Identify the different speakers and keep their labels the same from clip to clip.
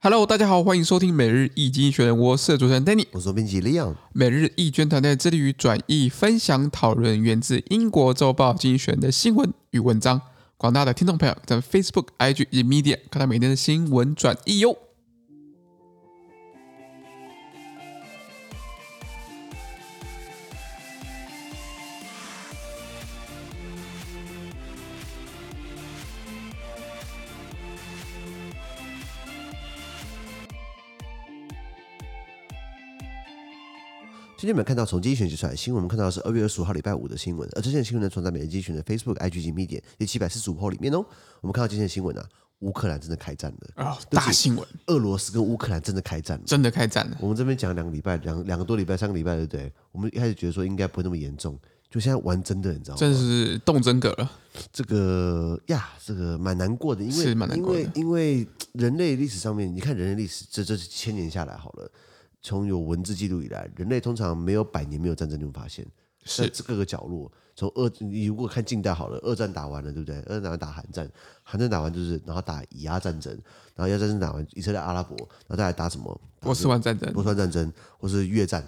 Speaker 1: Hello，大家好，欢迎收听每日易经学人，我是主持人 Danny。
Speaker 2: 我说编辑 Leon，
Speaker 1: 每日易圈团队致力于转译、分享、讨论源自英国周报精选的新闻与文章。广大的听众朋友，在 Facebook、IG 以及 Media 看到每天的新闻转译哟。
Speaker 2: 今天我们看到从精选集出来的新闻，我们看到的是二月二十五号礼拜五的新闻，而这件新闻呢，存在每日精选的 Facebook、IG 及 Medium 第七百四十五号里面哦。我们看到今天的新闻啊，乌克兰真的开战了，
Speaker 1: 啊、大新闻，
Speaker 2: 俄罗斯跟乌克兰真的开战了。
Speaker 1: 真的开战了。
Speaker 2: 我们这边讲两个礼拜，两两个多礼拜，三个礼拜，对不对？我们一开始觉得说应该不会那么严重，就现在玩真的，你知道吗？
Speaker 1: 真的是动真格了，
Speaker 2: 这个呀，这个蛮难过的，因为
Speaker 1: 是蛮难过的
Speaker 2: 因为因为人类历史上面，你看人类历史这这千年下来好了，从有文字记录以来，人类通常没有百年没有战争，你会发现
Speaker 1: 是
Speaker 2: 在这各个角落。从二，你如果看近代好了，二战打完了，对不对？二战打完打韩战，韩战打完就是，然后打以阿战争，然后以阿战争打完，以色列阿拉伯，然后再来打什么？
Speaker 1: 波斯湾战争
Speaker 2: 波，斯湾战争或是越战，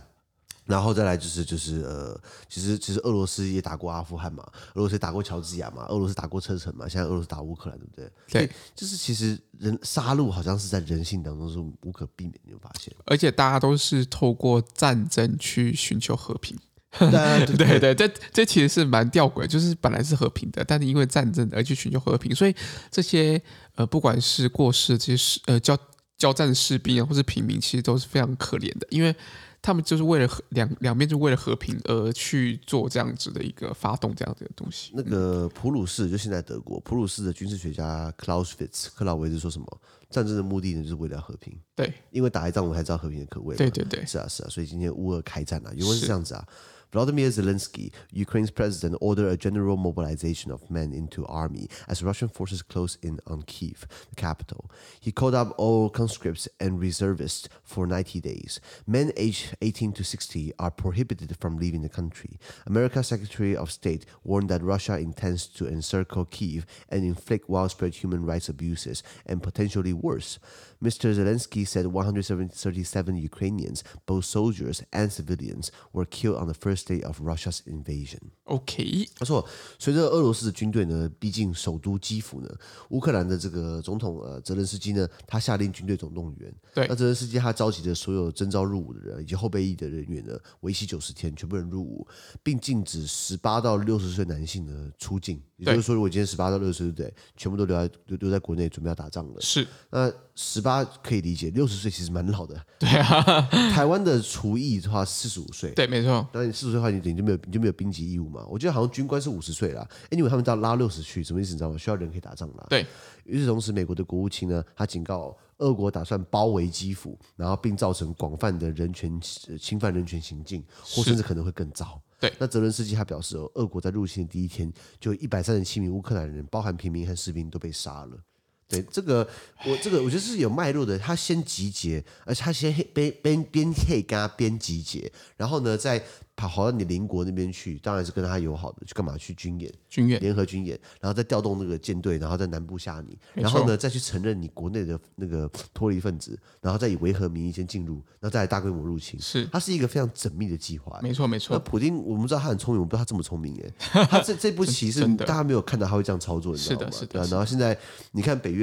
Speaker 2: 然后再来就是就是呃，其实其实俄罗斯也打过阿富汗嘛，俄罗斯也打过乔治亚嘛，俄罗斯打过车臣嘛，现在俄罗斯打乌克兰，对不对？
Speaker 1: 对，
Speaker 2: 就是其实人杀戮好像是在人性当中是无可避免，你有发现？
Speaker 1: 而且大家都是透过战争去寻求和平。
Speaker 2: 对 对
Speaker 1: 对对，这这其实是蛮吊诡，就是本来是和平的，但是因为战争而去寻求和平，所以这些呃，不管是过世的这些士呃交交战士兵啊，或是平民，其实都是非常可怜的，因为他们就是为了和两两边就为了和平而去做这样子的一个发动这样子的东西。
Speaker 2: 那个普鲁士就现在德国，普鲁士的军事学家 Clausewitz 克劳维兹说什么？战争的目的呢，就是为了和平，
Speaker 1: 对
Speaker 2: 因为打一仗我们才知道和平的可贵嘛。
Speaker 1: 对对对，
Speaker 2: 是啊，是啊，所以今天乌俄开战啊，原文是这样子啊。Vladimir Zelensky, Ukraine's president, ordered a general mobilization of men into army as Russian forces close in on Kiev, the capital. He called up all conscripts and reservists for 90 days. Men aged 18 to 60 are prohibited from leaving the country. America's Secretary of State warned that Russia intends to encircle Kiev and inflict widespread human rights abuses and potentially worse. Mr. Zelensky said 137 Ukrainians, both soldiers and civilians, were killed on the first day of Russia's invasion.
Speaker 1: ，OK，
Speaker 2: 他说，随着俄罗斯的军队呢逼近首都基辅呢，乌克兰的这个总统呃泽连斯基呢，他下令军队总动员。
Speaker 1: 对
Speaker 2: 那泽连斯基他召集的所有征召入伍的人以及后备役的人员呢，为期九十天，全部人入伍，并禁止十八到六十岁男性呢出境。也就是说，如果今天十八到六十岁，对不对？全部都留在留留在国内，准备要打仗了。
Speaker 1: 是
Speaker 2: 那十八可以理解，六十岁其实蛮老的。
Speaker 1: 对啊，
Speaker 2: 台湾的厨役的话，四十五岁。
Speaker 1: 对，没错，
Speaker 2: 那你四十岁的话，你你就没有你就没有兵役义务嘛？我记得好像军官是五十岁啦。Anyway，他们到拉六十去，什么意思你知道吗？需要人可以打仗啦。
Speaker 1: 对，
Speaker 2: 与此同时，美国的国务卿呢，他警告俄国打算包围基辅，然后并造成广泛的人权呃侵犯人权行径，或甚至可能会更糟。
Speaker 1: 对
Speaker 2: 那泽伦斯基他表示哦，俄国在入侵的第一天，就一百三十七名乌克兰人，包含平民和士兵都被杀了。对这个，我这个我觉得是有脉络的。他先集结，而且他先黑边边边黑跟他边集结，然后呢再跑跑到你邻国那边去，当然是跟他友好的，去干嘛去军演？
Speaker 1: 军乐
Speaker 2: 联合军演，然后再调动那个舰队，然后在南部下你，
Speaker 1: 没错
Speaker 2: 然后呢再去承认你国内的那个脱离分子，然后再以维和名义先进入，然后再来大规模入侵。
Speaker 1: 是
Speaker 2: 它是一个非常缜密的计划。
Speaker 1: 没错没
Speaker 2: 那
Speaker 1: 错，
Speaker 2: 普丁，我们知道他很聪明，我不知道他这么聪明 哎。他这这步棋是
Speaker 1: 真的
Speaker 2: 大家没有看到他会这样操作，你知道
Speaker 1: 是
Speaker 2: 吗？
Speaker 1: 的是的
Speaker 2: 对啊然后现在你看北约。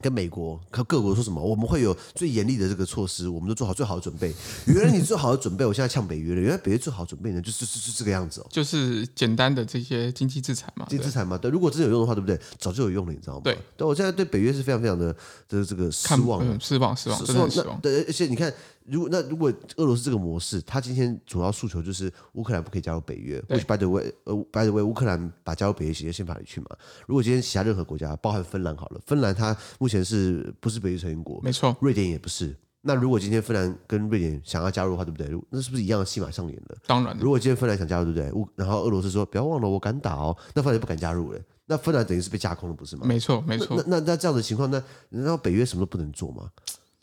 Speaker 2: 跟美国、跟各国说什么？我们会有最严厉的这个措施，我们都做好最好的准备。原来你最好的准备，我现在呛北约了。原来北约最好的准备呢，就是就是就是这个样子哦。
Speaker 1: 就是简单的这些经济制裁嘛，
Speaker 2: 金
Speaker 1: 对
Speaker 2: 资产嘛，对，如果真的有用的话，对不对？早就有用了，你知道吗？
Speaker 1: 对，
Speaker 2: 我现在对北约是非常非常的这这个失
Speaker 1: 看
Speaker 2: 望的
Speaker 1: 嗯，失望失望，
Speaker 2: 失
Speaker 1: 真的
Speaker 2: 望
Speaker 1: 很失望
Speaker 2: 那，对，而且你看，如果那如果俄罗斯这个模式，他今天主要诉求就是乌克兰不可以加入北约
Speaker 1: 对
Speaker 2: ，which by the way，呃，by the way，乌克兰把加入北约写进宪法里去嘛。如果今天其他任何国家，包含芬兰好了，芬兰它目前是不是北约成员国？
Speaker 1: 没错，
Speaker 2: 瑞典也不是。那如果今天芬兰跟瑞典想要加入的话，对不对？如那是不是一样的戏码上演了？
Speaker 1: 当然了
Speaker 2: 如果今天芬兰想加入，对不对？乌然后俄罗斯说不要忘了，我敢打哦，那芬兰就不敢加入了。那芬兰等于是被架空了，不是吗？
Speaker 1: 没错没
Speaker 2: 那
Speaker 1: 错，
Speaker 2: 那那那这样的情况，那难道北约什么都不能做吗？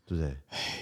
Speaker 2: 对不对？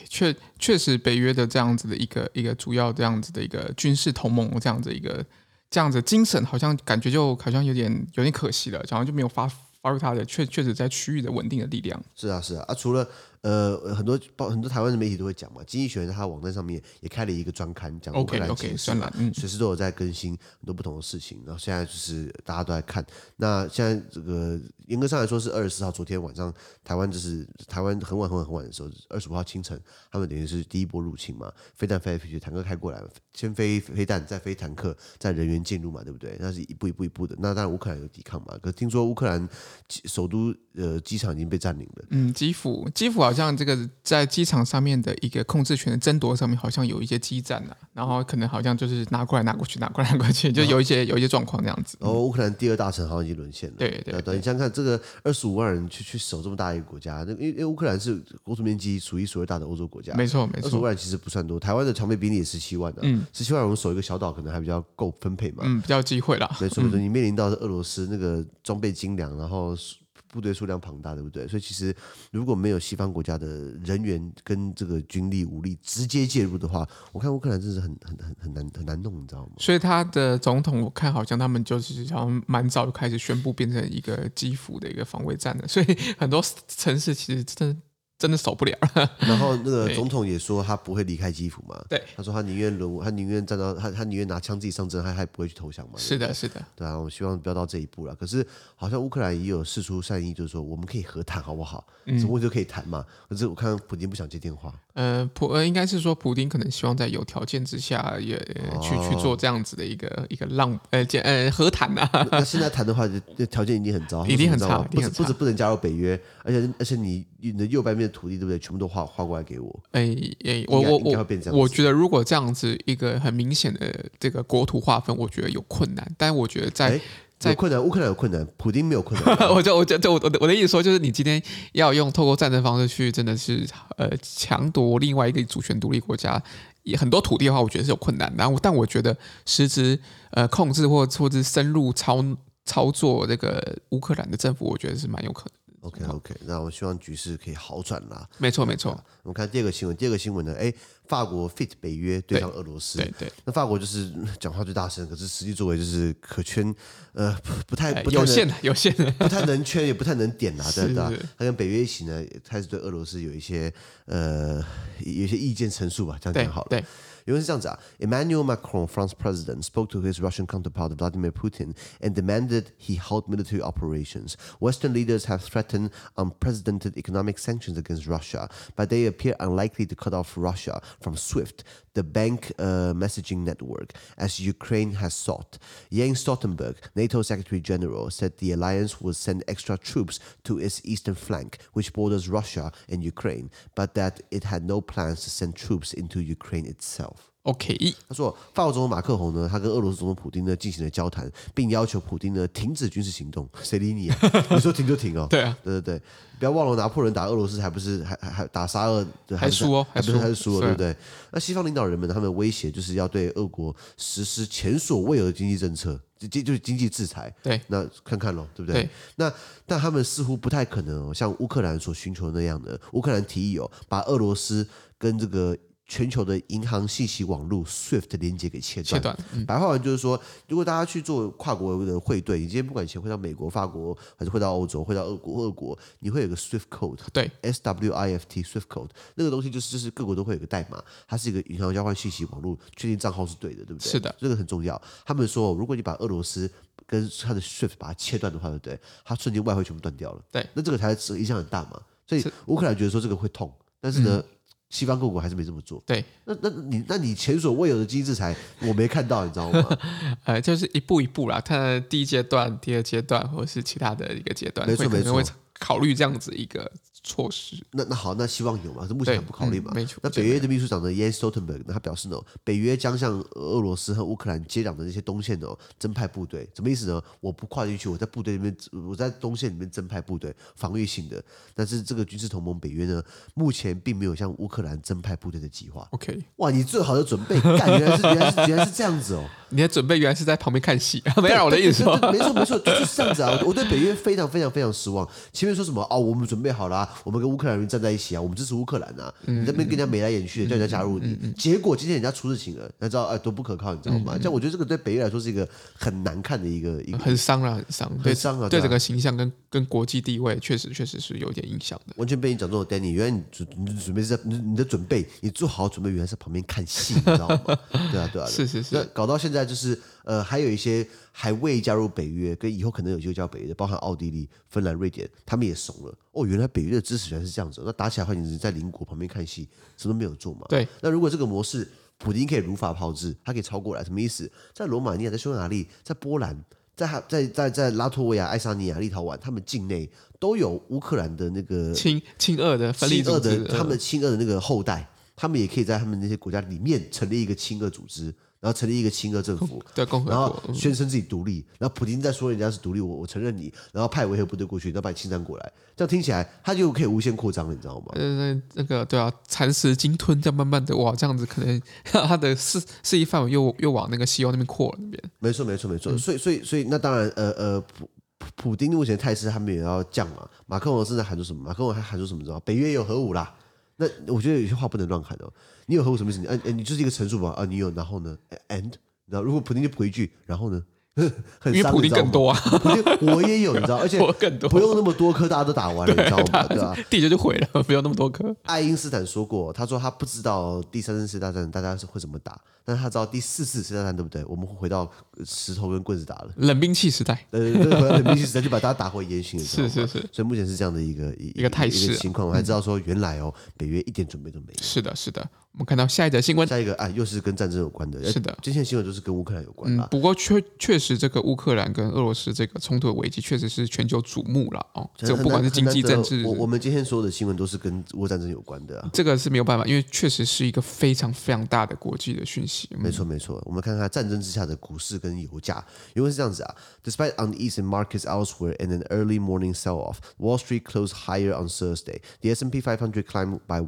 Speaker 1: 确确实，北约的这样子的一个一个主要这样子的一个军事同盟，这样子一个这样子的精神，好像感觉就好像有点有点可惜了，好像就没有发发挥它的确确实在区域的稳定的力量。
Speaker 2: 是啊，是啊，啊，除了呃，很多包很多台湾的媒体都会讲嘛，经济学人他网站上面也开了一个专刊，讲乌克
Speaker 1: OK
Speaker 2: 兰情
Speaker 1: OK，
Speaker 2: 势
Speaker 1: 算
Speaker 2: 嘛
Speaker 1: 了，嗯，
Speaker 2: 随时都有在更新很多不同的事情，然后现在就是大家都在看。那现在这个严格上来说是二十四号，昨天晚上台湾就是台湾很晚很晚很晚的时候，二十五号清晨，他们等于是第一波入侵嘛，飞弹飞来飞去，坦克开过来，先飞飞弹，再飞坦克，再人员进入嘛，对不对？那是一步一步一步的。那当然乌克兰有抵抗嘛，可是听说乌克兰机首都呃机场已经被占领了。
Speaker 1: 嗯，基辅，基辅好像这个在机场上面的一个控制权的争夺上面，好像有一些激战啊，然后可能好像就是拿过来拿过去，拿过来拿过去，
Speaker 2: 嗯
Speaker 1: 就有一些有一些状况这样子。
Speaker 2: 然后乌克兰第二大城好像已经沦陷了。
Speaker 1: 对对
Speaker 2: 对对，你想想看，这个二十五万人去去守这么大一个国家，那因为因为乌克兰是国土面积数一数二大的欧洲国家，
Speaker 1: 没错没
Speaker 2: 二十五
Speaker 1: 错，
Speaker 2: 万人其实不算多，台湾的常备兵力也十七万的、啊，十七、万人我们守一个小岛可能还比较够分配嘛。
Speaker 1: 嗯，比较有机会啦。
Speaker 2: 没错没错，你面临到是俄罗斯那个装备精良，然后数部队数量庞大，对不对？所以其实如果没有西方国家的人员跟这个军力武力直接介入的话，我看乌克兰真是很很很很难很难弄，你知道吗？
Speaker 1: 所以他的总统，我看好像他们就是好像蛮早就开始宣布变成一个基辅的一 个防卫战了，所以很多城市其实真的真的守不了。
Speaker 2: 然后那个
Speaker 1: 对
Speaker 2: 总统也说他不会离开基辅嘛，
Speaker 1: 对，
Speaker 2: 他说他宁愿沦，他宁愿站到他他宁愿拿枪自己上阵，他还不会去投降嘛。
Speaker 1: 是的，是的，
Speaker 2: 对啊，我希望不要到这一步了。可是好像乌克兰也有示出善意，就是说我们可以和谈，好不好？
Speaker 1: 嗯
Speaker 2: 什么问题都可以谈嘛。可是我看普京不想接电话，
Speaker 1: 呃，普呃，应该是说普丁可能希望在有条件之下也呃去、去做这样子的一个一个浪呃解呃和谈啊，
Speaker 2: 那现在谈的话，就就条件已经 很糟，
Speaker 1: 一定很
Speaker 2: 你知道
Speaker 1: 差
Speaker 2: 吗
Speaker 1: 一
Speaker 2: 不
Speaker 1: 定
Speaker 2: 止
Speaker 1: 很
Speaker 2: 不
Speaker 1: 差
Speaker 2: 止不能加入北约，而且而且你你的右半边的土地，对不对？全部都划划过来给我。
Speaker 1: 哎、哎，我
Speaker 2: 应该
Speaker 1: 我
Speaker 2: 应该会变这
Speaker 1: 我，
Speaker 2: 样子
Speaker 1: 我觉得如果这样子一个很明显的这个国土划分，我觉得有困难，但我觉得在
Speaker 2: 哎
Speaker 1: 在。
Speaker 2: 有困难，乌克兰有困难，普丁没有困难
Speaker 1: 我就我就就我的我的意思说，就是你今天要用透过战争方式去，真的是呃强夺另外一个主权独立国家，也很多土地的话，我觉得是有困难的。然后，但我觉得实质呃控制或或者是深入操操作这个乌克兰的政府，我觉得是蛮有可能。
Speaker 2: OK OK，那我希望局势可以好转啦。
Speaker 1: 没错，没错，
Speaker 2: 我们看第二个新闻，第二个新闻呢，哎，法国 fit 北约对上俄罗斯，
Speaker 1: 对对，
Speaker 2: 那法国就是 嗯讲话最大声，可是实际作为就是可圈，呃，不不太
Speaker 1: 哎
Speaker 2: 不太
Speaker 1: 有
Speaker 2: 能
Speaker 1: 限的，有限 的，
Speaker 2: 不太能圈，也不太能点 啊，对
Speaker 1: 是
Speaker 2: 对啊
Speaker 1: 是。
Speaker 2: 他跟北约一起呢，开始对俄罗斯有一些呃有一些意见陈述吧，这样
Speaker 1: 对
Speaker 2: 讲好了。
Speaker 1: 对，
Speaker 2: 原文是这样子啊，Emmanuel Macron, France president, spoke to his Russian counterpart Vladimir Putin and demanded he halt military operations. Western leaders have threatened unprecedented economic sanctions against Russia, but they appear unlikely to cut off Russia from SWIFT, the bank uh, messaging network, as Ukraine has sought. Jens Stoltenberg, NATO Secretary General, said the alliance will send extra troops to its eastern flank, which borders Russia and Ukraine, but that it had no plans to send troops into Ukraine itself.
Speaker 1: OK，
Speaker 2: 他说，法国总统马克龙呢，他跟俄罗斯总统普京呢进行了交谈，并要求普京呢停止军事行动。谁 理你啊？你说停就停哦。
Speaker 1: 对啊，
Speaker 2: 对对对，不要忘了拿破仑打俄罗斯还不是还还还打沙俄对
Speaker 1: 还输哦
Speaker 2: 还不是还
Speaker 1: 还输
Speaker 2: 是输
Speaker 1: 是
Speaker 2: 了，对不对？那西方领导人们呢他们威胁就是要对俄国实施前所未有的经济政策，就就就是经济制裁。
Speaker 1: 对，
Speaker 2: 那看看咯，对不对？
Speaker 1: 对
Speaker 2: 那但他们似乎不太可能、哦、像乌克兰所寻求的那样的。乌克兰提议哦，把俄罗斯跟这个全球的银行信息网络 SWIFT 连接给切断。
Speaker 1: 切断，嗯，
Speaker 2: 白话文就是说，如果大家去做跨国的汇兑，你今天不管钱汇到美国、法国，还是汇到欧洲、汇到俄国、俄国，你会有个 SWIFT code。
Speaker 1: 对
Speaker 2: S W I F T SWIFT code 那个东西就是就是各国都会有一个代码，它是一个银行交换信息网络，确定账号是对的，对不对？
Speaker 1: 是的，
Speaker 2: 这个很重要。他们说，如果你把俄罗斯跟它的 SWIFT 把它切断的话，对不对？它瞬间外汇全部断掉了。
Speaker 1: 对，
Speaker 2: 那这个才是影响很大嘛。所以乌克兰觉得说这个会痛，但是呢，
Speaker 1: 嗯
Speaker 2: 西方各国还是没这么做。
Speaker 1: 对，
Speaker 2: 那那你那你前所未有的经济制裁，我没看到，你知道吗？
Speaker 1: 呃，就是一步一步啦，看第一阶段、第二阶段，或者是其他的一个阶段，
Speaker 2: 没错
Speaker 1: 会可
Speaker 2: 没
Speaker 1: 能
Speaker 2: 错
Speaker 1: 会考虑这样子一个措施。
Speaker 2: 那那好，那希望有嘛？这目前
Speaker 1: 对，
Speaker 2: 还不考虑嘛？
Speaker 1: 嗯没错。
Speaker 2: 那北约的秘书长呢，Jens Stoltenberg 呢他表示呢，北约将向俄罗斯和乌克兰接壤的那些东线呢增派部队，什么意思呢？我不跨进去，我在部队里面，我在东线里面增派部队，防御性的。但是这个军事同盟北约呢，目前并没有向乌克兰增派部队的计划。
Speaker 1: OK，
Speaker 2: 哇，你最好的准备，干，原来是原来是原来是这样子哦。
Speaker 1: 你的准备原来是在旁边看戏， 没有啦我的意思
Speaker 2: 对
Speaker 1: 说，
Speaker 2: 对对没错没错，就是这样子啊！我我对北约非常非常非常失望。前面说什么哦，我们准备好了啊、我们跟乌克兰人站在一起啊，我们支持乌克兰啊，
Speaker 1: 嗯
Speaker 2: 你这边跟人家眉来眼去的，叫人家加入你，结果今天人家出事情了，大家知道哎多不可靠，你知道吗？这样我觉得这个对北约来说是一个很难看的一个一个
Speaker 1: 嗯很伤了，很伤，对
Speaker 2: 伤啊对
Speaker 1: 对
Speaker 2: 啊
Speaker 1: 整个形象跟跟国际地位确实确实是有点影响的。
Speaker 2: 完全被你讲中了，Danny。原来你准你准备是在你你的准备，你做好准备，原来是在旁边看戏，你知道吗？对啊，对啊，
Speaker 1: 是是是
Speaker 2: 那搞到现在就是呃，还有一些还未加入北约，跟以后可能有机会加入北约的，包含奥地利、芬兰、瑞典，他们也怂了。哦，原来北约的支持原来是这样子，那打起来的话，你是在邻国旁边看戏，什么都没有做嘛。
Speaker 1: 对，
Speaker 2: 那如果这个模式，普京可以如法炮制，他可以超过来，什么意思？在罗马尼亚、在匈牙利、在波兰、在哈在在在拉脱维亚、爱沙尼亚、立陶宛，他们境内都有乌克兰的那个
Speaker 1: 亲亲俄的分离
Speaker 2: 亲
Speaker 1: 组
Speaker 2: 俄
Speaker 1: 织
Speaker 2: 的，
Speaker 1: 呃
Speaker 2: 他们亲俄的那个后代，他们也可以在他们那些国家里面成立一个亲俄组织，然后成立一个亲俄政府。
Speaker 1: 对共和
Speaker 2: 然后
Speaker 1: 国，嗯
Speaker 2: 宣称自己独立，然后普京在说人家是独立，我我承认你，然后派维和部队过去，然后把你侵占过来，这样听起来他就可以无限扩张了，你知道吗？
Speaker 1: 呃那那个对啊，蚕食鲸吞，这样慢慢的哇，这样子可能 它的势势力范围又又往那个西欧那边扩了那边。
Speaker 2: 没错，没错，没
Speaker 1: 嗯
Speaker 2: 错。所以，所以，所以，那当然，呃呃，普普普丁目前的态势他们也要降嘛。马克龙甚至喊出什么？马克龙还喊出什么？你知道吗北约有核武啦。那我觉得有些话不能乱喊哦。你有核武什么意思？你，哎、哎你就是一个陈述吧？啊，你有，然后呢哎？And，然后如果普丁就补一句，然后呢？ 很
Speaker 1: 因为
Speaker 2: 伤
Speaker 1: 普丁更，多啊，
Speaker 2: 你知道吗普丁我也有，你知道，而 且
Speaker 1: 我更多
Speaker 2: 不用那么多颗，大家都打完了，你知道吗？对吧、啊
Speaker 1: 地球就毁了，不用那么多颗。
Speaker 2: 爱因斯坦说过，他说他不知道第三次世界大战大家是会怎么打，但是他知道第四次世界大战，对不对？我们会回到呃石头跟棍子打了。
Speaker 1: 冷兵器时代，
Speaker 2: 呃，对回到冷兵器时代就把大家打回原形，你知道吗
Speaker 1: 是是是。
Speaker 2: 所以目前是这样的一个一
Speaker 1: 一个态势啊
Speaker 2: 一个情况。我还知道说，原来哦，北约一点准备都没有。
Speaker 1: 是的，是的。我们看到下一则新闻，
Speaker 2: 下一个啊，又是跟战争有关的，呃
Speaker 1: 是的
Speaker 2: 今天的新闻就是跟乌克兰有关
Speaker 1: 嗯
Speaker 2: 啦，。
Speaker 1: 不过确确实这个乌克兰跟俄罗斯这个冲突的危机确实是全球瞩目了哦，这
Speaker 2: 很难
Speaker 1: 不管是经济
Speaker 2: 很难
Speaker 1: 政
Speaker 2: 得
Speaker 1: 治
Speaker 2: 我，我们今天所有的新闻都是跟俄乌战争有关的啊。
Speaker 1: 这个是没有办法，因为确实是一个非常非常大的国际的讯息。嗯
Speaker 2: 没错，没错。我们看看战争之下的股市跟油价，因为是这样子啊。Despite unease in markets elsewhere and an early morning sell-off, Wall Street closed higher on Thursday. The S&P 500 climbed by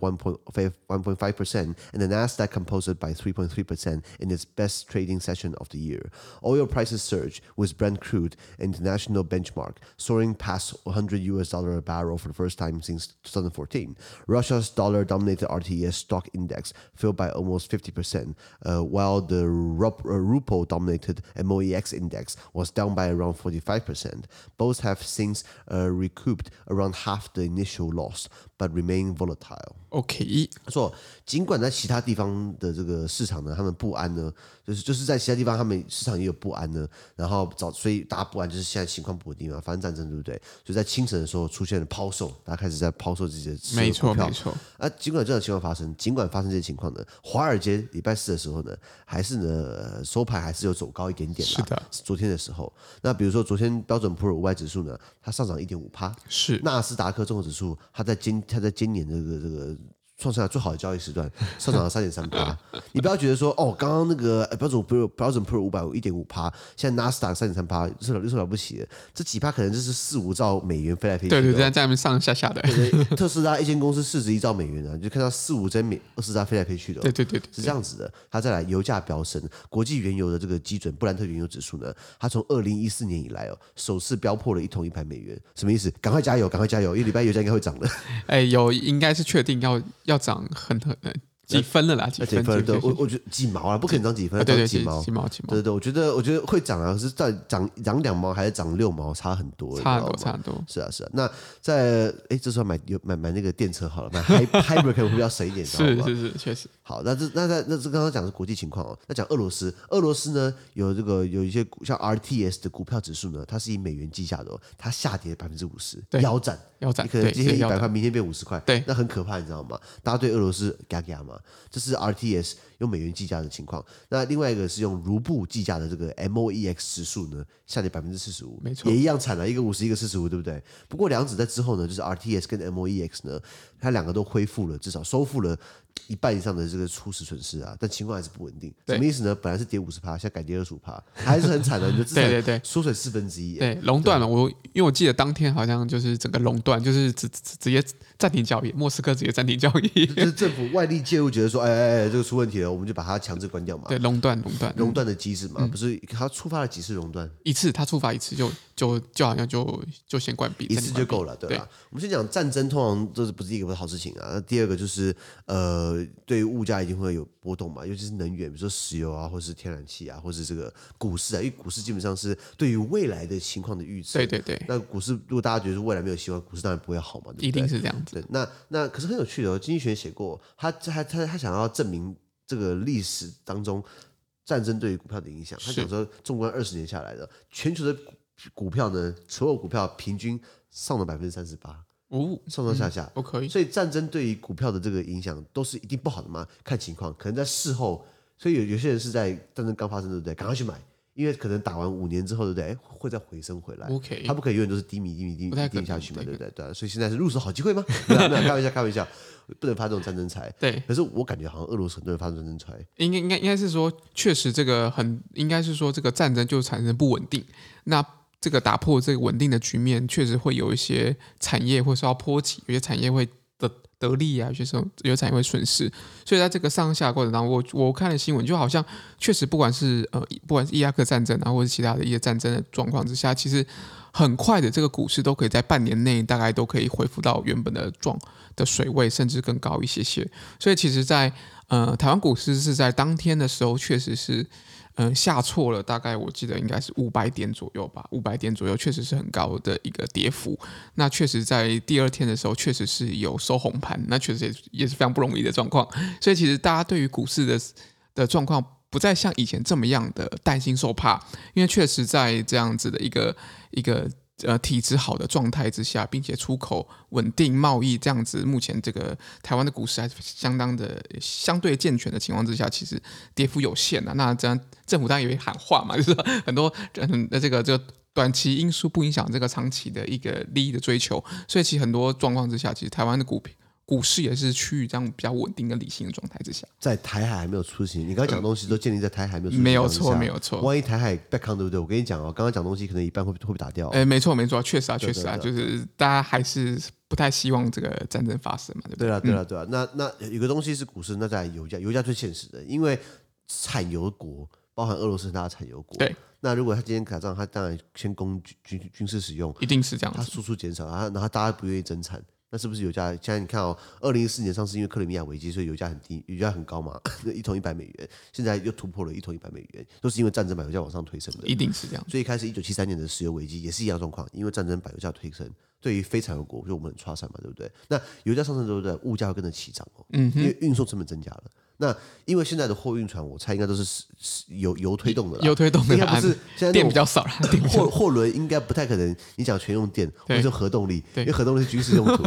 Speaker 2: 1.5 percent, and the Nasdaq composed by 3.3 percent in its best trading session of the year. Oil prices surged, with Brent crude an international benchmark soaring past 100 US dollar a barrel for the first time since 2014. Russia's dollar-dominated RTES stock index fell by almost 50%, uh, while the rup- uh, ruble-dominated MOEX index was down by around 45%. Both have since uh, recouped around half the initial loss, but remain volatile.
Speaker 1: OK，
Speaker 2: 他说，尽管在其他地方的这个市场呢，他们不安呢，就是就是在其他地方他们市场也有不安呢，然后早所以大家不安就是现在情况不稳定嘛，发生战争对不对？所以在清晨的时候出现了抛售，大家开始在抛售自己的持有
Speaker 1: 没
Speaker 2: 的
Speaker 1: 错
Speaker 2: 股票
Speaker 1: 没错，
Speaker 2: 啊，尽管这种情况发生，尽管发生这些情况呢，华尔街礼拜四的时候呢，还是呢呃收盘还是有走高一点点啦。
Speaker 1: 是的，
Speaker 2: 昨天的时候，那比如说昨天标准普尔五百指数呢，它上涨一点五趴，
Speaker 1: 是
Speaker 2: 纳斯达克综合指数，它在今它在今年这个这个创下最好的交易时段，上涨了三点三趴。你不要觉得说哦，刚刚那个呃标准普尔标准普尔五百一点五趴，现在纳斯达克三点三趴，是了是了不起的，这几趴可能就是四五兆美元飞来飞去的
Speaker 1: 对
Speaker 2: 哦。
Speaker 1: 对，在在那边上上下下的，
Speaker 2: 特斯拉一间公司市值一兆美元啊，你就看到四五间美特斯拉飞来飞去的 哦、
Speaker 1: 对对对对
Speaker 2: 是这样子的。它再来，油价飙升，国际原油的这个基准布兰特原油指数呢，它从二零一四年以来哦，首次飙破了一桶一百美元，什么意思？赶快加油，赶快加油，一礼拜油价应该会涨的。
Speaker 1: 哎，有应该是确定要要涨很很呃几分了啦，几
Speaker 2: 那呃几
Speaker 1: 分
Speaker 2: 分？
Speaker 1: 几
Speaker 2: 对，
Speaker 1: 分
Speaker 2: 我我觉得几毛啊，不可能涨几分，
Speaker 1: 啊对
Speaker 2: 涨
Speaker 1: 对
Speaker 2: 几
Speaker 1: 几
Speaker 2: 毛
Speaker 1: 几。毛几毛
Speaker 2: 对，对对，我觉得我觉得会涨啊，是在涨涨两毛还是涨六毛，差很多，
Speaker 1: 差很
Speaker 2: 你知道
Speaker 1: 多
Speaker 2: 吗
Speaker 1: 差很多。
Speaker 2: 是啊，是啊。那在哎，这时候买有买买那个电车好了，买 hy- hybrid 可能会比较省一点，你知道
Speaker 1: 是
Speaker 2: 吗？
Speaker 1: 是是，确实
Speaker 2: 好，那这那那那这刚刚讲的是国际情况哦，那讲俄罗斯，俄罗斯呢有这个有一些股像 RTS 的股票指数呢，它是以美元计价的、哦，它下跌百分之五十，
Speaker 1: 对
Speaker 2: 腰斩，
Speaker 1: 腰斩
Speaker 2: 你可能
Speaker 1: 对
Speaker 2: 今天
Speaker 1: 对
Speaker 2: 一
Speaker 1: 腰
Speaker 2: 百
Speaker 1: 斩
Speaker 2: 块，明天变五十块，
Speaker 1: 对
Speaker 2: 那很可怕，你知道吗？大家对俄罗斯嘎嘎嘛，这是 RTS 用美元计价的情况，那另外一个是用卢布计价的这个 MOEX 指数呢，下跌百分之四十五，
Speaker 1: 没错
Speaker 2: 也一样惨啊了，一个五十，一个四十五，对不对？不过两者在之后呢，就是 RTS 跟 MOEX 呢，它两个都恢复了，至少收复了一半以上的这个初始损失啊，但情况还是不稳定。
Speaker 1: 对
Speaker 2: 什么意思呢？本来是跌五十趴，现在改跌二十五趴，还是很 惨的，你的资产
Speaker 1: 对对对
Speaker 2: 缩水四分之一耶。
Speaker 1: 对熔断了。我因为我记得当天好像就是整个熔断，就是直直直接暂停交易，莫斯科直接暂停交易，
Speaker 2: 就是政府外力介入，觉得说，哎哎哎，这个出问题了，我们就把它强制关掉嘛。
Speaker 1: 对熔断熔断。
Speaker 2: 熔断的机制嘛，不是它触发了几次熔断？
Speaker 1: 一次他触发一次就就就好像就就先关闭，
Speaker 2: 一次就够
Speaker 1: 了。
Speaker 2: 了，对吧？我们先讲战争，通常这是不是一个不是好事情啊？那第二个就是呃，对物价一定会有波动嘛，尤其是能源，比如说石油啊，或是天然气啊，或是这个股市啊，因为股市基本上是对于未来的情况的预测。
Speaker 1: 对对对，
Speaker 2: 那股市如果大家觉得未来没有希望，股市当然不会好嘛，对不对？
Speaker 1: 一定是这样子。
Speaker 2: 对，那那可是很有趣的、哦，经济学写过，他他他他想要证明这个历史当中战争对于股票的影响。他
Speaker 1: 是
Speaker 2: 想说，纵观二十年下来的全球的股股票呢，所有股票平均上了百分之三十八，
Speaker 1: 哦，
Speaker 2: 上上下下。
Speaker 1: 我可以。
Speaker 2: 所以战争对于股票的这个影响都是一定不好的嘛，看情况，可能在事后，所以有有些人是在战争刚发生，对不对？赶快去买，因为可能打完五年之后，对不对？哎会再回升回来。
Speaker 1: OK
Speaker 2: 它不可以永远都是低迷、低迷、低
Speaker 1: 不
Speaker 2: 迷、
Speaker 1: 太
Speaker 2: 低
Speaker 1: 可能
Speaker 2: 迷下去嘛，
Speaker 1: 不
Speaker 2: 对
Speaker 1: 太
Speaker 2: 不对？对啊，所以现在是入手好机会吗？没有，没有，开玩笑，开玩笑，不能发这种战争财。
Speaker 1: 对，
Speaker 2: 可是我感觉好像俄罗斯很多人发这种战争财，
Speaker 1: 应该应该应该是说，确实这个很应该是说这个战争就产生不稳定。那这个打破这个稳定的局面，确实会有一些产业会受到波及，有些产业会得得利啊，有些时候有些产业会损失。所以在这个上下过程当中，我我看了新闻，就好像确实不管是呃不管是伊拉克战争啊，或者是其他的一些战争的状况之下，其实很快的这个股市都可以在半年内大概都可以恢复到原本的状的水位，甚至更高一些些。所以其实在，呃台湾股市是在当天的时候确实是嗯、呃下挫了，大概我记得应该是五百点左右吧，五百点左右确实是很高的一个跌幅。那确实在第二天的时候确实是有收红盘，那确实也也是非常不容易的状况。所以其实大家对于股市的的状况。不再像以前这么样的担心受怕，因为确实在这样子的一个一个呃体质好的状态之下，并且出口稳定贸易这样子，目前这个台湾的股市还是相当的相对健全的情况之下，其实跌幅有限啊。那这样政府当然也会喊话嘛， 就是说很多嗯那这个这个短期因素不影响这个长期的一个利益的追求，所以其实很多状况之下，其实台湾的股票。股市也是趋于这样比较稳定跟理性的状态之下，
Speaker 2: 在台海还没有出行，你刚刚讲的东西都建立在台海还没有出行
Speaker 1: 没有
Speaker 2: 的情
Speaker 1: 错，
Speaker 2: 况
Speaker 1: 没
Speaker 2: 下
Speaker 1: 有错。
Speaker 2: 万一台海被抗，对不对？我跟你讲哦，刚刚讲的东西可能一半会会被打掉哦、
Speaker 1: 哎，没错没错，确实啊，确
Speaker 2: 对对
Speaker 1: 实啊，
Speaker 2: 对
Speaker 1: 就是大家还是不太希望这个战争发生嘛，对不对？
Speaker 2: 对啊了，对了，对了，那那有个东西是股市，那在油价，油价最现实的，因为产油国包含俄罗斯，它的产油国。
Speaker 1: 对。
Speaker 2: 那如果它今天打仗，它当然先供军军军事使用，
Speaker 1: 一定是这样
Speaker 2: 它
Speaker 1: 子，
Speaker 2: 输出减少，然后然后大家不愿意增产，那是不是油价？现在你看哦，二零一四年上次因为克里米亚危机，所以油价很低，油价很高嘛， 一桶一百美元，现在又突破了一桶一百美元，都是因为战争把油价往上推升的。
Speaker 1: 一定是这样子。
Speaker 2: 所以一开始一九七三年的石油危机也是一样的状况，因为战争把油价推升，对于非产油国，就我们很差散嘛，对不对？那油价上升之后，对不对物价会跟着起涨哦，嗯，因为运送成本增加了。那因为现在的货运船，我猜应该都是是是油油推动的啦，
Speaker 1: 油推动的
Speaker 2: 应该
Speaker 1: 啦嗯
Speaker 2: 不是哦现在那
Speaker 1: 电
Speaker 2: 种
Speaker 1: 比较少了， 电比较
Speaker 2: 货货轮应该不太可能，你讲全用电或
Speaker 1: 对
Speaker 2: 者说核动力，
Speaker 1: 对
Speaker 2: 因为核动力是军事 用途，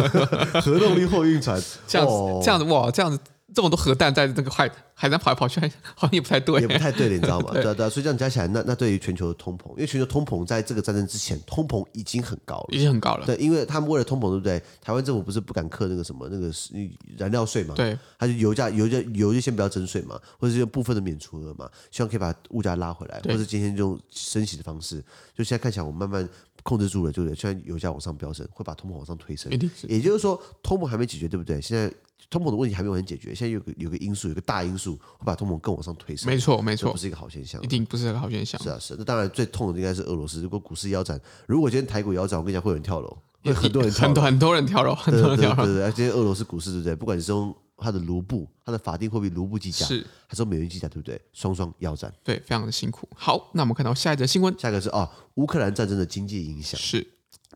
Speaker 2: 核动力货运船
Speaker 1: 这样子
Speaker 2: 哦，
Speaker 1: 这样子哇，这样子这么多核弹在这个海海上跑来跑去，好像也不太对
Speaker 2: 也。不太对了，你知道吗？对啊对啊，所以这样加起来，那那对于全球的通膨，因为全球通膨在这个战争之前，通膨已经很高了，
Speaker 1: 已经很高了，
Speaker 2: 对，因为他们为了通膨，对不对？台湾政府不是不敢课那个什么那个是燃料税嘛？，
Speaker 1: 对，
Speaker 2: 他就油价油价油就先不要征税嘛，或者是用部分的免除额嘛，希望可以把物价拉回来，
Speaker 1: 对
Speaker 2: 或者今天用升息的方式，就现在看起来我们慢慢控制住了，对不对？虽然油价往上飙升，会把通膨往上推升
Speaker 1: 一，定是
Speaker 2: 也就是说通膨还没解决，对不对？现在通膨的问题还没有完全解决，现在有个有个因素，有个大因素会把通膨更往上推升，
Speaker 1: 没错没
Speaker 2: 这
Speaker 1: 错
Speaker 2: 不，是一个好现象
Speaker 1: 一。定不是个好现象
Speaker 2: 是。啊，是啊那当然最痛的应该是俄罗斯。如果股市腰斩，如果今天台股腰斩，我跟你讲，会有人跳楼，会很多人跳
Speaker 1: 很
Speaker 2: 楼，
Speaker 1: 多很多人跳楼，很多
Speaker 2: 对
Speaker 1: 人
Speaker 2: 对
Speaker 1: 跳楼，
Speaker 2: 对对，而且俄罗斯股市对不对？不管你是用它的卢布，它的法定货币卢布计价，
Speaker 1: 是
Speaker 2: 还是用美元计价，对不对？双双腰斩。
Speaker 1: 对，非常的辛苦。好，那我们看到下一则新闻
Speaker 2: 下一个是啊、乌克兰战争的经济影响，
Speaker 1: 是，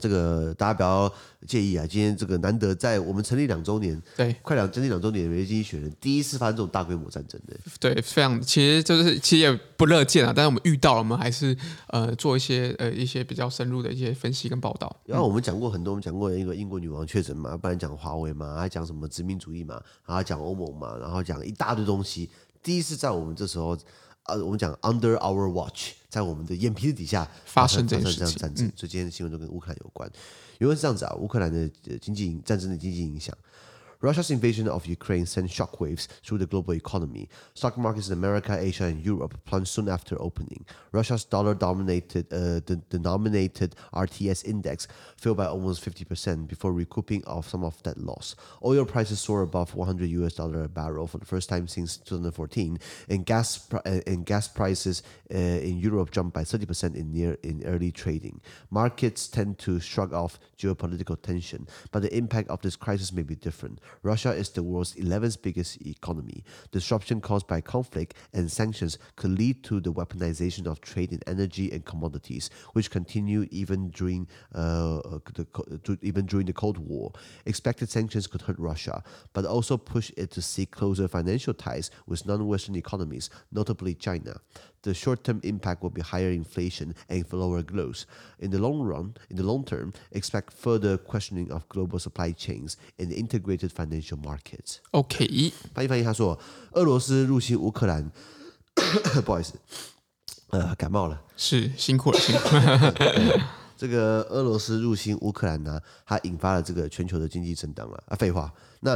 Speaker 2: 这个大家不要介意啊。今天这个难得在我们成立两周年，
Speaker 1: 对
Speaker 2: 快两将近两周年的《经济学人》第一次发生这种大规模战争的，
Speaker 1: 对，非常，其实就是其实也不乐见啊，但是我们遇到了，我们还是呃做一些呃一些比较深入的一些分析跟报道。
Speaker 2: 然后我们讲过很多，我们讲过一个英国女王确诊嘛，不然讲华为嘛，还讲什么殖民主义嘛，然后讲欧盟嘛，然后讲一大堆东西。第一次在我们这时候，呃，我们讲 under our watch，在我们的眼皮子底下
Speaker 1: 发生这件
Speaker 2: 发
Speaker 1: 事
Speaker 2: 这样
Speaker 1: 情
Speaker 2: 战争，所以今天的新闻都跟乌克兰有关。原文是这样子啊，乌克兰的呃经济影战争的经济影响。 Russia's invasion of Ukraine sent shockwaves through the global economy. Stock markets in America, Asia, and Europe plunged soon after opening. Russia's dollar-dominated, uh, de- denominated RTS index fell by almost 50% before recouping of some of that loss. Oil prices soared above 100 US dollar a barrel for the first time since 2014, and gas pri- uh, and gas prices uh, in Europe jumped by 30% in near in early trading. Markets tend to shrug off geopolitical tension, but the impact of this crisis may be different. Russia is the world's 11th biggest economy. Disruption caused by conflict and sanctions could lead to the weaponization of trade in energy and commodities, which continue even during uh, uh, the, co- to- even during the Cold War. Expected sanctions could hurt Russia, but also push it to seek closer financial ties with non-Western economies, notably China. The short-term impact will be higher inflation and lower growth. In the long run, in the long term, expect further questioning of global supply chains and integrated financial markets.
Speaker 1: OK，
Speaker 2: 翻译翻译，他说，俄罗斯入侵乌克兰， 不好意思，呃，感冒了。
Speaker 1: 是辛苦了，辛苦了。
Speaker 2: 这个俄罗斯入侵乌克兰呢，它引发了这个全球的经济震荡了啊。废话，那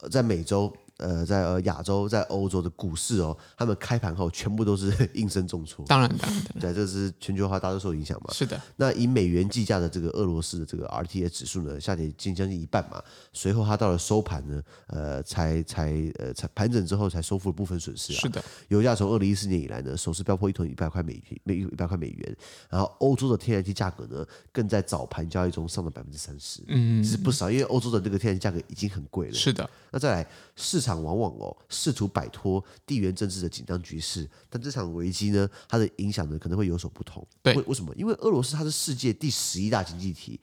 Speaker 2: 呃在美洲、呃，在呃亚洲、在欧洲的股市哦，他们开盘后全部都是 应声重挫。
Speaker 1: 当然，当然，当然
Speaker 2: 对，这是全球化大多受影响嘛。
Speaker 1: 是的，
Speaker 2: 那以美元计价的这个俄罗斯的这个 RTX 指数呢，下跌近将近一半嘛。随后它到了收盘呢，呃，才才呃才盘整之后才收复了部分损失啊。
Speaker 1: 是的，
Speaker 2: 油价从二零一四年以来呢，首次飙破一桶一百块美元，每一百块美元。然后欧洲的天然气价格呢，更在早盘交易中上了百分之三十，嗯，其实不少，因为欧洲的这个天然气价格已经很贵了。
Speaker 1: 是的，
Speaker 2: 那再来，市场往往哦试图摆脱地缘政治的紧张局势，但这场危机呢，它的影响呢可能会有所不同。
Speaker 1: 对
Speaker 2: 为为什么？因为俄罗斯它是世界第十一大经济体，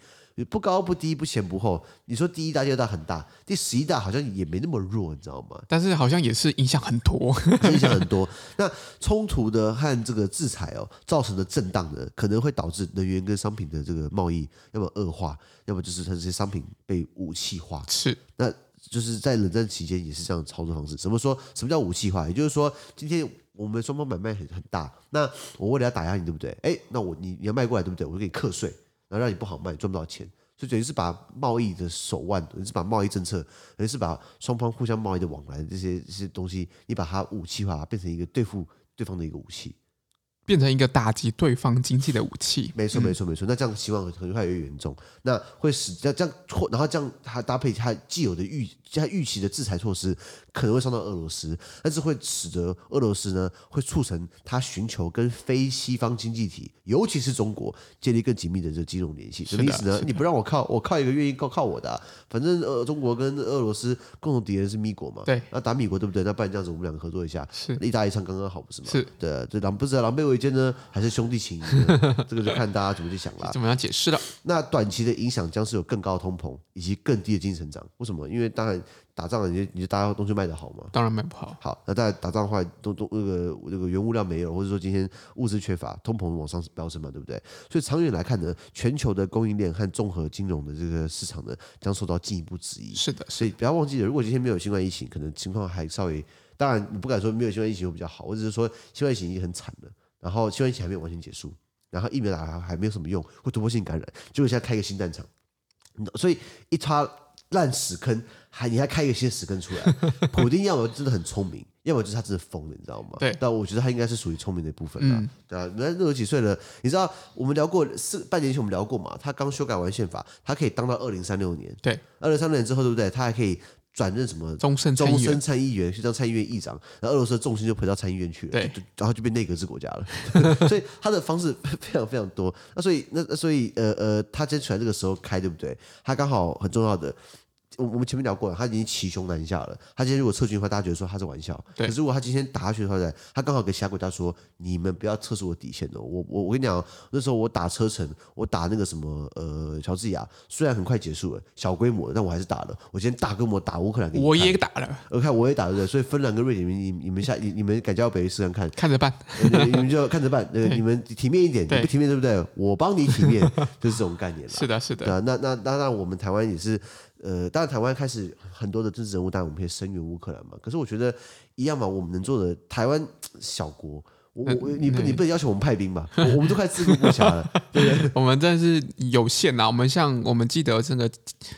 Speaker 2: 不高不低，不前不后。你说第一大、第二大很大，第十一大好像也没那么弱，你知道吗？
Speaker 1: 但是好像也是影响很多。
Speaker 2: 影响很多。 那冲突的和这个制裁哦造成的震荡呢，可能会导致能源跟商品的这个贸易，要么恶化，要么就是它这些商品被武器化。
Speaker 1: 是
Speaker 2: 那就是在冷战期间也是这样的操作方式。怎么说？什么叫武器化？也就是说，今天我们双方买卖很很大，那我为了要打压你，对不对？哎，那我你你要卖过来，对不对？我就给你课税，然后让你不好卖，赚不到钱。所以等于是把贸易的手腕，等于是把贸易政策，等于是把双方互相贸易的往来的这些这些东西，你把它武器化，变成一个对付对方的一个武器。
Speaker 1: 变成一个打击对方经济的武器。
Speaker 2: 没错，没错，没错。那这样情况很快越严重，那会使这样这样错，然后这样它搭配它既有的预它预期的制裁措施，可能会伤到俄罗斯，但是会使得俄罗斯呢会促成它寻求跟非西方经济体，尤其是中国建立更紧密的这个金融联系。什么
Speaker 1: 是
Speaker 2: 意
Speaker 1: 的
Speaker 2: 思呢
Speaker 1: 是？的
Speaker 2: 你不让我靠，我靠一个愿意靠靠我的啊、反正呃中国跟俄罗斯共同敌人是米国嘛，
Speaker 1: 对
Speaker 2: 那打米国对不对？那不然这样子我们两个合作一下，
Speaker 1: 嗯是
Speaker 2: 一搭一唱刚刚好，不是吗？
Speaker 1: 是
Speaker 2: 对，这狼不知道狼狈为奸呢，还是兄弟情谊呢？这个就看大家怎么去想啦。
Speaker 1: 怎么样解释了？
Speaker 2: 那短期的影响将是有更高的通膨以及更低的经济成长。为什么？因为当然打仗了，你就你就大家东西卖得好嘛。
Speaker 1: 当然卖不好，
Speaker 2: 好，那在打仗的话，东东那个那个原物料没有，或者说今天物资缺乏，通膨往上飙升嘛，对不对？所以长远来看呢，全球的供应链和综合金融的这个市场呢，将受到进一步质疑。
Speaker 1: 是的，
Speaker 2: 所以不要忘记了，如果今天没有新冠疫情，可能情况还稍微……当然，你不敢说没有新冠疫情会比较好，我只是说新冠疫情已经很惨了，然后新冠疫情还没有完全结束，然后疫苗打还还没有什么用，会突破性感染，结果现在开一个新战场，你懂所以一塌烂屎坑，还你还开一个新屎坑出来，普丁要么真的很聪明，要么就是他真的疯了，你知道吗？
Speaker 1: 对
Speaker 2: 但我觉得他应该是属于聪明的一部分啦，对啊，人家六十几岁了，你知道我们聊过四半年前我们聊过嘛，他刚修改完宪法，他可以当到二零三六年。
Speaker 1: 对，
Speaker 2: 二零三六年之后，对不对？他还可以转任什么
Speaker 1: 终身参
Speaker 2: 终
Speaker 1: 议员
Speaker 2: 身参议员，去当参议院议长，然后俄罗斯的重心就回到参议院去了，
Speaker 1: 对
Speaker 2: 就，然后就变内阁制国家了。 所以他的方式非常非常多。那所以那那所以呃呃，他今天出来这个时候开，对不对？他刚好很重要的。我我们前面聊过了，他已经骑熊难下了。他今天如果撤军的话，大家觉得说他是玩笑。
Speaker 1: 对
Speaker 2: 可是如果他今天打下去的话呢，他刚好给其他国家说：“你们不要测试我底线哦。我”我我跟你讲哦，那时候我打车臣，我打那个什么呃乔治亚，虽然很快结束了，小规模，但我还是打了。我今天大规模打乌克兰给你看，
Speaker 1: 我也打了，
Speaker 2: 我看我也打对不对？所以芬兰跟瑞典，你你你们下你你们敢叫北约试 看看？
Speaker 1: 看着办。
Speaker 2: 呃你你们就看着办，呃，你们体面一点，
Speaker 1: 对
Speaker 2: 你不体面对不对？我帮你 体面，就是这种概念啦。
Speaker 1: 是的，是
Speaker 2: 对
Speaker 1: 的，
Speaker 2: 啊，那那当然，我们台湾也是，呃，当然台湾开始很多的政治人物，当然我们可以声援乌克兰嘛。可是我觉得一样嘛，我们能做的，台湾小国，我我
Speaker 1: 嗯
Speaker 2: 我你不你不能要求我们 派兵吧？我我们都快自顾不暇了，
Speaker 1: 我啊们真的是有限呐。我们像我们记得这个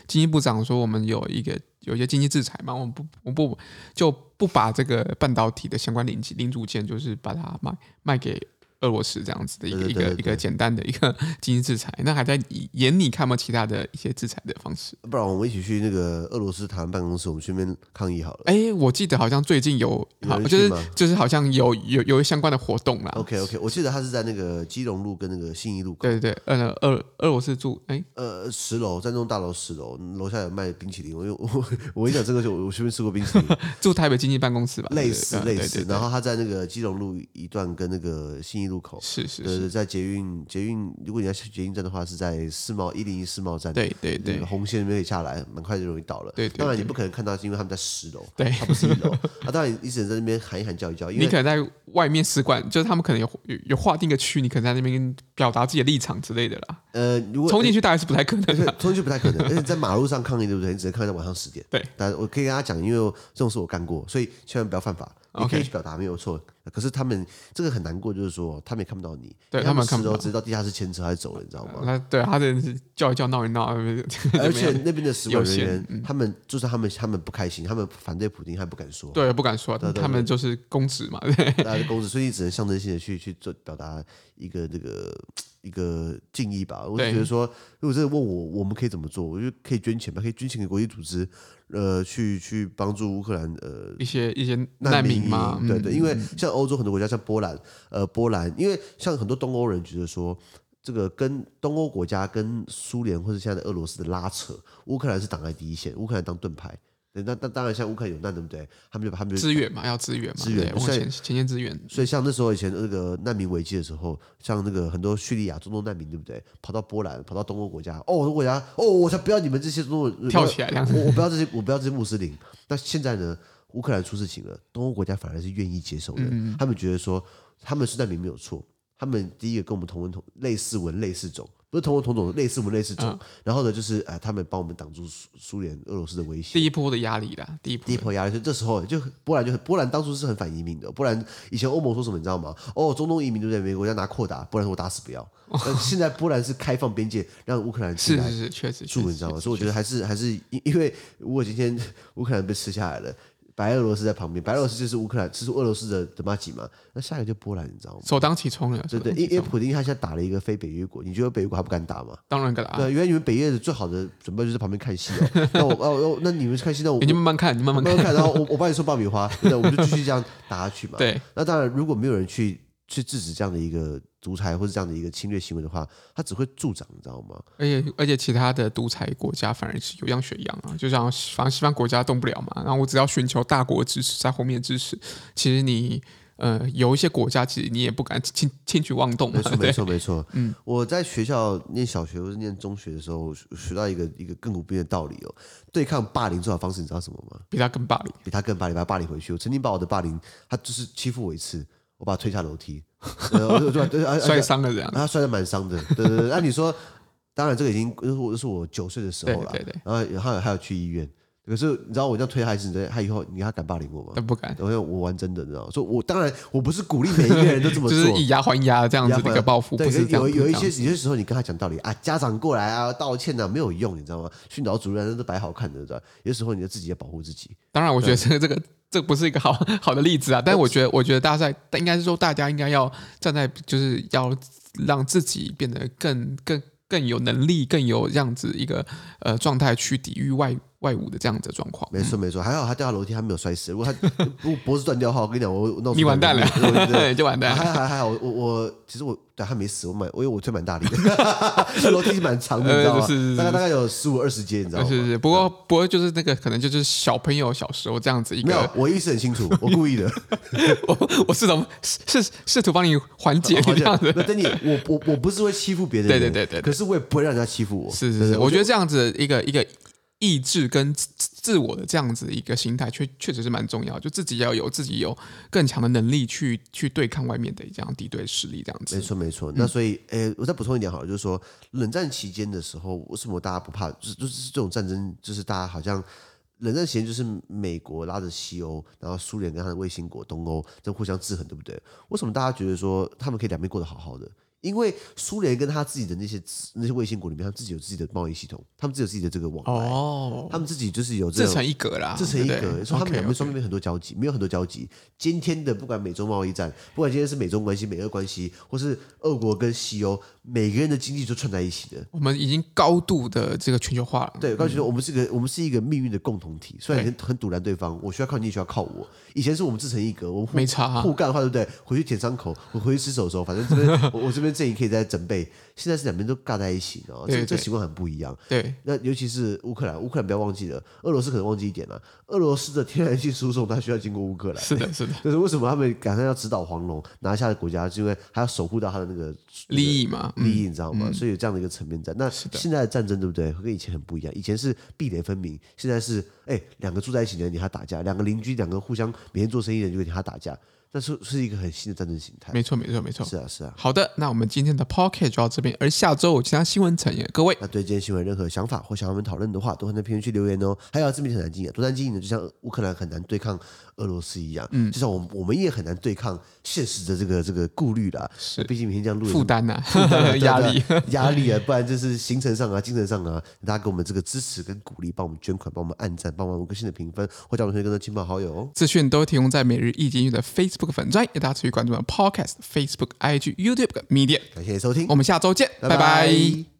Speaker 1: 经济部长说，我们有一个有一些经济制裁嘛，我们不我们不就不把这个半导体的相关零件零组件，就是把它卖卖给俄罗斯这样子的一个
Speaker 2: 对
Speaker 1: 一
Speaker 2: 对
Speaker 1: 个
Speaker 2: 对
Speaker 1: 一个简单的一个经济制裁。那还在以眼里看不到其他的一些制裁的方式。
Speaker 2: 不然我们一起去那个俄罗斯台湾办公室，我们去那边抗议好 了。
Speaker 1: 哎，我记得好像最近有，
Speaker 2: 有
Speaker 1: 好
Speaker 2: 人
Speaker 1: 就
Speaker 2: 去
Speaker 1: 是
Speaker 2: 吗
Speaker 1: 就是好像有有有相关的活动啦。
Speaker 2: OK OK，我记得他是在那个基隆路跟那个信义路口，
Speaker 1: 对对对，呃，俄俄罗斯驻哎，
Speaker 2: 呃，十楼战中大楼十楼，嗯楼下有卖冰淇淋。我有我我一讲这个就我我随便吃过 冰淇淋，
Speaker 1: 驻台北经济办公室吧，对
Speaker 2: 类
Speaker 1: 对
Speaker 2: 似
Speaker 1: 对
Speaker 2: 类
Speaker 1: 对
Speaker 2: 似
Speaker 1: 对。对
Speaker 2: 然后他在那个基隆路一段跟那个信义路口，
Speaker 1: 是是
Speaker 2: 对
Speaker 1: 是，
Speaker 2: 对，在捷运捷运，如果你要去捷运站的话，是在世贸一零一世贸站，
Speaker 1: 对对
Speaker 2: 那个
Speaker 1: 对
Speaker 2: 红线那边可以下来，蛮快就容易到了。
Speaker 1: 对对
Speaker 2: 当然你
Speaker 1: 对
Speaker 2: 不可能看到，是因为他们在十楼，
Speaker 1: 对
Speaker 2: 他不是 一楼啊。当然你只能在那边喊一喊叫一叫，因
Speaker 1: 你
Speaker 2: 为
Speaker 1: 可能在外面使馆，就是他们可能有有有划定一个区，你可能在那边表达自己的立场之类的啦。
Speaker 2: 呃，如果
Speaker 1: 冲进去大概是不太可能
Speaker 2: 对
Speaker 1: 的。，
Speaker 2: 冲进去不太可能，而且在马路上抗议，对不对？你只能抗议到晚上十点。
Speaker 1: 对，
Speaker 2: 但我可以跟大家讲，因为我这种事我干过，所以千万不要犯法。你可以
Speaker 1: OK
Speaker 2: 去表达没有错，可是他们这个很难过，就是说他们也看不到你，
Speaker 1: 对
Speaker 2: 因为
Speaker 1: 他
Speaker 2: 他
Speaker 1: 们
Speaker 2: 们
Speaker 1: 看不
Speaker 2: 十楼
Speaker 1: 到
Speaker 2: 直接到地下室牵车还走了，你知道吗？
Speaker 1: 那对啊他真的是叫一叫闹一 闹，怎
Speaker 2: 而且
Speaker 1: 么样
Speaker 2: 那边的使馆人
Speaker 1: 有
Speaker 2: 员，他们就算他们他们不开心，他们反对普丁，还不敢说，
Speaker 1: 对不敢说，
Speaker 2: 对对对
Speaker 1: 他们就是公职嘛，对
Speaker 2: 大家的公子，所以你只能象征性的去去做表达一个这个一个敬意吧。我就
Speaker 1: 对
Speaker 2: 觉得说，如果真的问我我们可以怎么做，我就可以捐钱吧，可以捐钱给国际组织，呃，去去帮助乌克兰呃
Speaker 1: 一些一些难
Speaker 2: 民
Speaker 1: 民嘛，
Speaker 2: 营对
Speaker 1: 嗯
Speaker 2: 对，因为像欧洲很多国家，像波兰，呃，波兰，因为像很多东欧人觉得说，这个跟东欧国家跟苏联或者现在的俄罗斯的拉扯，乌克兰是挡在第一线，乌克兰当盾牌。对那那当然，像乌克兰有难，对不对？他们就他们就
Speaker 1: 资源嘛，要资源嘛，
Speaker 2: 资源
Speaker 1: 对，往
Speaker 2: 所以
Speaker 1: 前前线资源，
Speaker 2: 所以像那时候以前那个难民危机的时候，像那个很多叙利亚中东难民，对不对？跑到波兰，跑到东欧国家，哦，我的国家，哦，我才不要你们这些中东人
Speaker 1: 跳起来这样子
Speaker 2: 我我不要这些，我不要这些穆斯林。那现在呢，乌克兰出事情了，东欧国家反而是愿意接
Speaker 1: 嗯
Speaker 2: 受的，他们觉得说他们是难民没有错，他们第一个跟我们同文同类似文类似种。不是同文同种，类似文类似
Speaker 1: 嗯
Speaker 2: 种。然后呢，就是呃，他们帮我们挡住苏苏联、俄罗斯的威胁。
Speaker 1: 第一波的压力啦，第一波
Speaker 2: 第一
Speaker 1: 的，
Speaker 2: 波压力，所以这时候就很波兰就很波兰当初是很反移民的，波兰以前欧盟说什么你知道吗？哦，中东移民对不对？美国要拿扩大，波兰说我打死不要。但现在波兰是开放边界，让乌克兰
Speaker 1: 是
Speaker 2: 进来
Speaker 1: 是是，确实，
Speaker 2: 住，你知道吗？所以我觉得还是还是因因为如果今天 乌克兰被吃下来了，白俄罗斯在旁边，白俄罗斯就是乌克兰，是俄罗斯的德马吉嘛，那下一个就波兰，你知道吗？
Speaker 1: 首当其冲了，
Speaker 2: 对
Speaker 1: 首当
Speaker 2: 对，因
Speaker 1: 其
Speaker 2: 因为
Speaker 1: 冲
Speaker 2: 普京他现在打了一个非北约国，你觉得北约国他不敢打吗？
Speaker 1: 当然敢啊啦，
Speaker 2: 对，原来你们北约的最好的准备就是在旁边看戏哦。 那我哦哦，那你们 看戏，那我
Speaker 1: 你就慢慢看，你慢慢
Speaker 2: 慢
Speaker 1: 看，
Speaker 2: 慢看，然后我我帮你送爆米花，对，我们就继续这样打下去 嘛。，
Speaker 1: 对，
Speaker 2: 那当然，如果没有人去去制止这样的一个独裁或者这样的一个侵略行为的话，它只会助长，你知道吗？
Speaker 1: 而且而且其他的独裁国家反而是有样学样啊，就像反正西方国家动不了嘛，然后我只要寻求大国支持，在后面支持，其实你呃有一些国家其实你也不敢轻轻举妄动嘛
Speaker 2: 没，错，
Speaker 1: 对
Speaker 2: 没，错，没错。嗯，我在学校念小学或者念中学的时候，我学学到一个一个亘古不变的道理哦，对抗霸凌最好的方式，你知道什么吗？
Speaker 1: 比他更霸 凌，
Speaker 2: 比他更霸凌，把他霸凌回去。我曾经把我的霸凌，他就是欺负我一次，我把他推下楼梯， 呃，我就对对，而而
Speaker 1: 摔
Speaker 2: 且
Speaker 1: 伤了这样，
Speaker 2: 啊，摔得蛮伤的，对对对。那、你说，当然这个已经就是我是啊我九岁的时候了，
Speaker 1: 对对对
Speaker 2: 然后然后还有去医院，可是你知道我这样推他一次，你知道他以后你还敢霸凌我吗
Speaker 1: 但？不敢，
Speaker 2: 然后我玩真的，你知道吗，所以我当然我不是鼓励每一个人都这么
Speaker 1: 就
Speaker 2: 做。
Speaker 1: 是以牙还牙这样子的一个报复，
Speaker 2: 对，
Speaker 1: 不是这样
Speaker 2: 有有一
Speaker 1: 不是这
Speaker 2: 些
Speaker 1: 样
Speaker 2: 有些时候你跟他讲道理啊，家长过来啊道歉啊没有用，你知道吗？训导主任那都摆好看的，你知道吗？有些时候你要自己要保护自己。
Speaker 1: 当然，我觉得这个这个这个不是一个好 好的例子啊，但是我觉得，我觉得大家在应该是说，大家应该要站在，就是要让自己变得更更更有能力，更有这样子一个呃状态去抵御外外物的这样子的状况。
Speaker 2: 没错没错，还好他掉下楼梯，他没有摔死。如果他 如果脖子断掉的话，我跟你讲，我我弄
Speaker 1: 你完蛋了
Speaker 2: 我我 真的
Speaker 1: 就完蛋了
Speaker 2: 还好还好还好，我我我其实我对他没死，我蛮我因为我推蛮大力的， 楼梯蛮长的，你知道吗？
Speaker 1: 呃是是是
Speaker 2: 大概大概有十五二十阶，你知道
Speaker 1: 呃
Speaker 2: 吗？
Speaker 1: 是是，不过不过就是那个可能就是小朋友小时候这样子一
Speaker 2: 没有
Speaker 1: 个，，
Speaker 2: 我意识很 清楚，我故意的。
Speaker 1: 我 我试图试试试图帮你缓解
Speaker 2: 好
Speaker 1: 这样子。
Speaker 2: 那等你，我我我不是会欺负别人，
Speaker 1: 对对对对对
Speaker 2: 可是我也不会让人家欺负我。
Speaker 1: 是
Speaker 2: 对
Speaker 1: 是
Speaker 2: 对
Speaker 1: 是，我觉得这样子的一个一个意志跟自自自我的这样子一个心态，确确实是蛮重要。就自己要有自己有更强的能力去去对抗外面的这样敌对势力，这样
Speaker 2: 没
Speaker 1: 子。
Speaker 2: 错没错，那所以，诶、我再补充一点好了，就是说，冷战期间的时候，为什么大家不怕？就是就是这种战争，就是大家好像冷战期间就是美国拉着西欧，然后苏联跟他的卫星国东欧在互相制衡，对不对？为什么大家觉得说他们可以两边过得好好的？因为苏联跟他自己的那些那些卫星国里面，他们自己有自己的贸易系统，他们自己有自己的这个往来，
Speaker 1: 哦，
Speaker 2: 他们自己就是有这
Speaker 1: 自
Speaker 2: 种
Speaker 1: 成一格啦，
Speaker 2: 自成一
Speaker 1: 啊对不
Speaker 2: 格，
Speaker 1: 对
Speaker 2: 所以他们两
Speaker 1: OK，OK
Speaker 2: 边双方面很多交集，没有很多交集。今天的不管美中贸易战，不管今天是美中关系、美俄关系，或是俄国跟西欧，每个人的经济都串在一起的。
Speaker 1: 我们已经高度的这个全球化了，
Speaker 2: 对，我刚才觉得我们是个我们是一个命运的共同体，虽然很很堵拦对方，我需要靠你，你需要靠我。以前是我们自成一格，我们互
Speaker 1: 没差啊
Speaker 2: 互干的话，对不对？回去舔伤口，我回去吃手手，反正这边我我这边阵营可以再准备。现在是两边都尬在一起，然后这
Speaker 1: 对
Speaker 2: 这
Speaker 1: 对
Speaker 2: 情况很不一样。
Speaker 1: 对，
Speaker 2: 那尤其是乌克兰，乌克兰不要忘记了，俄罗斯可能忘记一点了，俄罗斯的天然气输送它需要经过乌克兰。
Speaker 1: 是的，是的，
Speaker 2: 就是为什么他们赶上要指导黄龙拿下的国家，是因为还要守护到他的那个
Speaker 1: 利益嘛，嗯
Speaker 2: 利益，你知道吗？所以有这样的一个层面在。那现在的战争对不对？跟以前很不一样，以前是壁垒分明，现在是哎两个住在一起的人你还打架，两个邻居两个互相每天做生意的人就跟你还打架，那是是一个很新的战争形态。
Speaker 1: 没错，没错，没错。
Speaker 2: 是啊，是啊。
Speaker 1: 好的，那我们今天的 Pocket 就到这边，而下周有其他新闻产业，各位
Speaker 2: 那对今天新闻有任何想法或想要我们讨论的话，都欢在评论区留言哦。还有啊这边很难经营，多难经营的，就像乌克兰很难对抗俄罗斯一样，嗯，就像我们我们也很难对抗现实的这个这个顾虑啦。
Speaker 1: 是
Speaker 2: 毕竟每天这样录也是
Speaker 1: 负担呐
Speaker 2: 负担啊、，
Speaker 1: 压力，
Speaker 2: 对啊压力啊，不然就是行程上啊、精神上啊，大家给我们这个支持跟鼓励，帮我们捐款，帮我们按赞，帮我们五颗星的评分，或者我们推荐更多亲朋好友哦。
Speaker 1: 资讯都提供在每日易经运的 Facebook 粉专，也大家持续关注我们的 Podcast、Facebook、IG、YouTube 跟 Media。
Speaker 2: 感谢你的收听，
Speaker 1: 我们下周见，拜
Speaker 2: 拜
Speaker 1: 拜
Speaker 2: 拜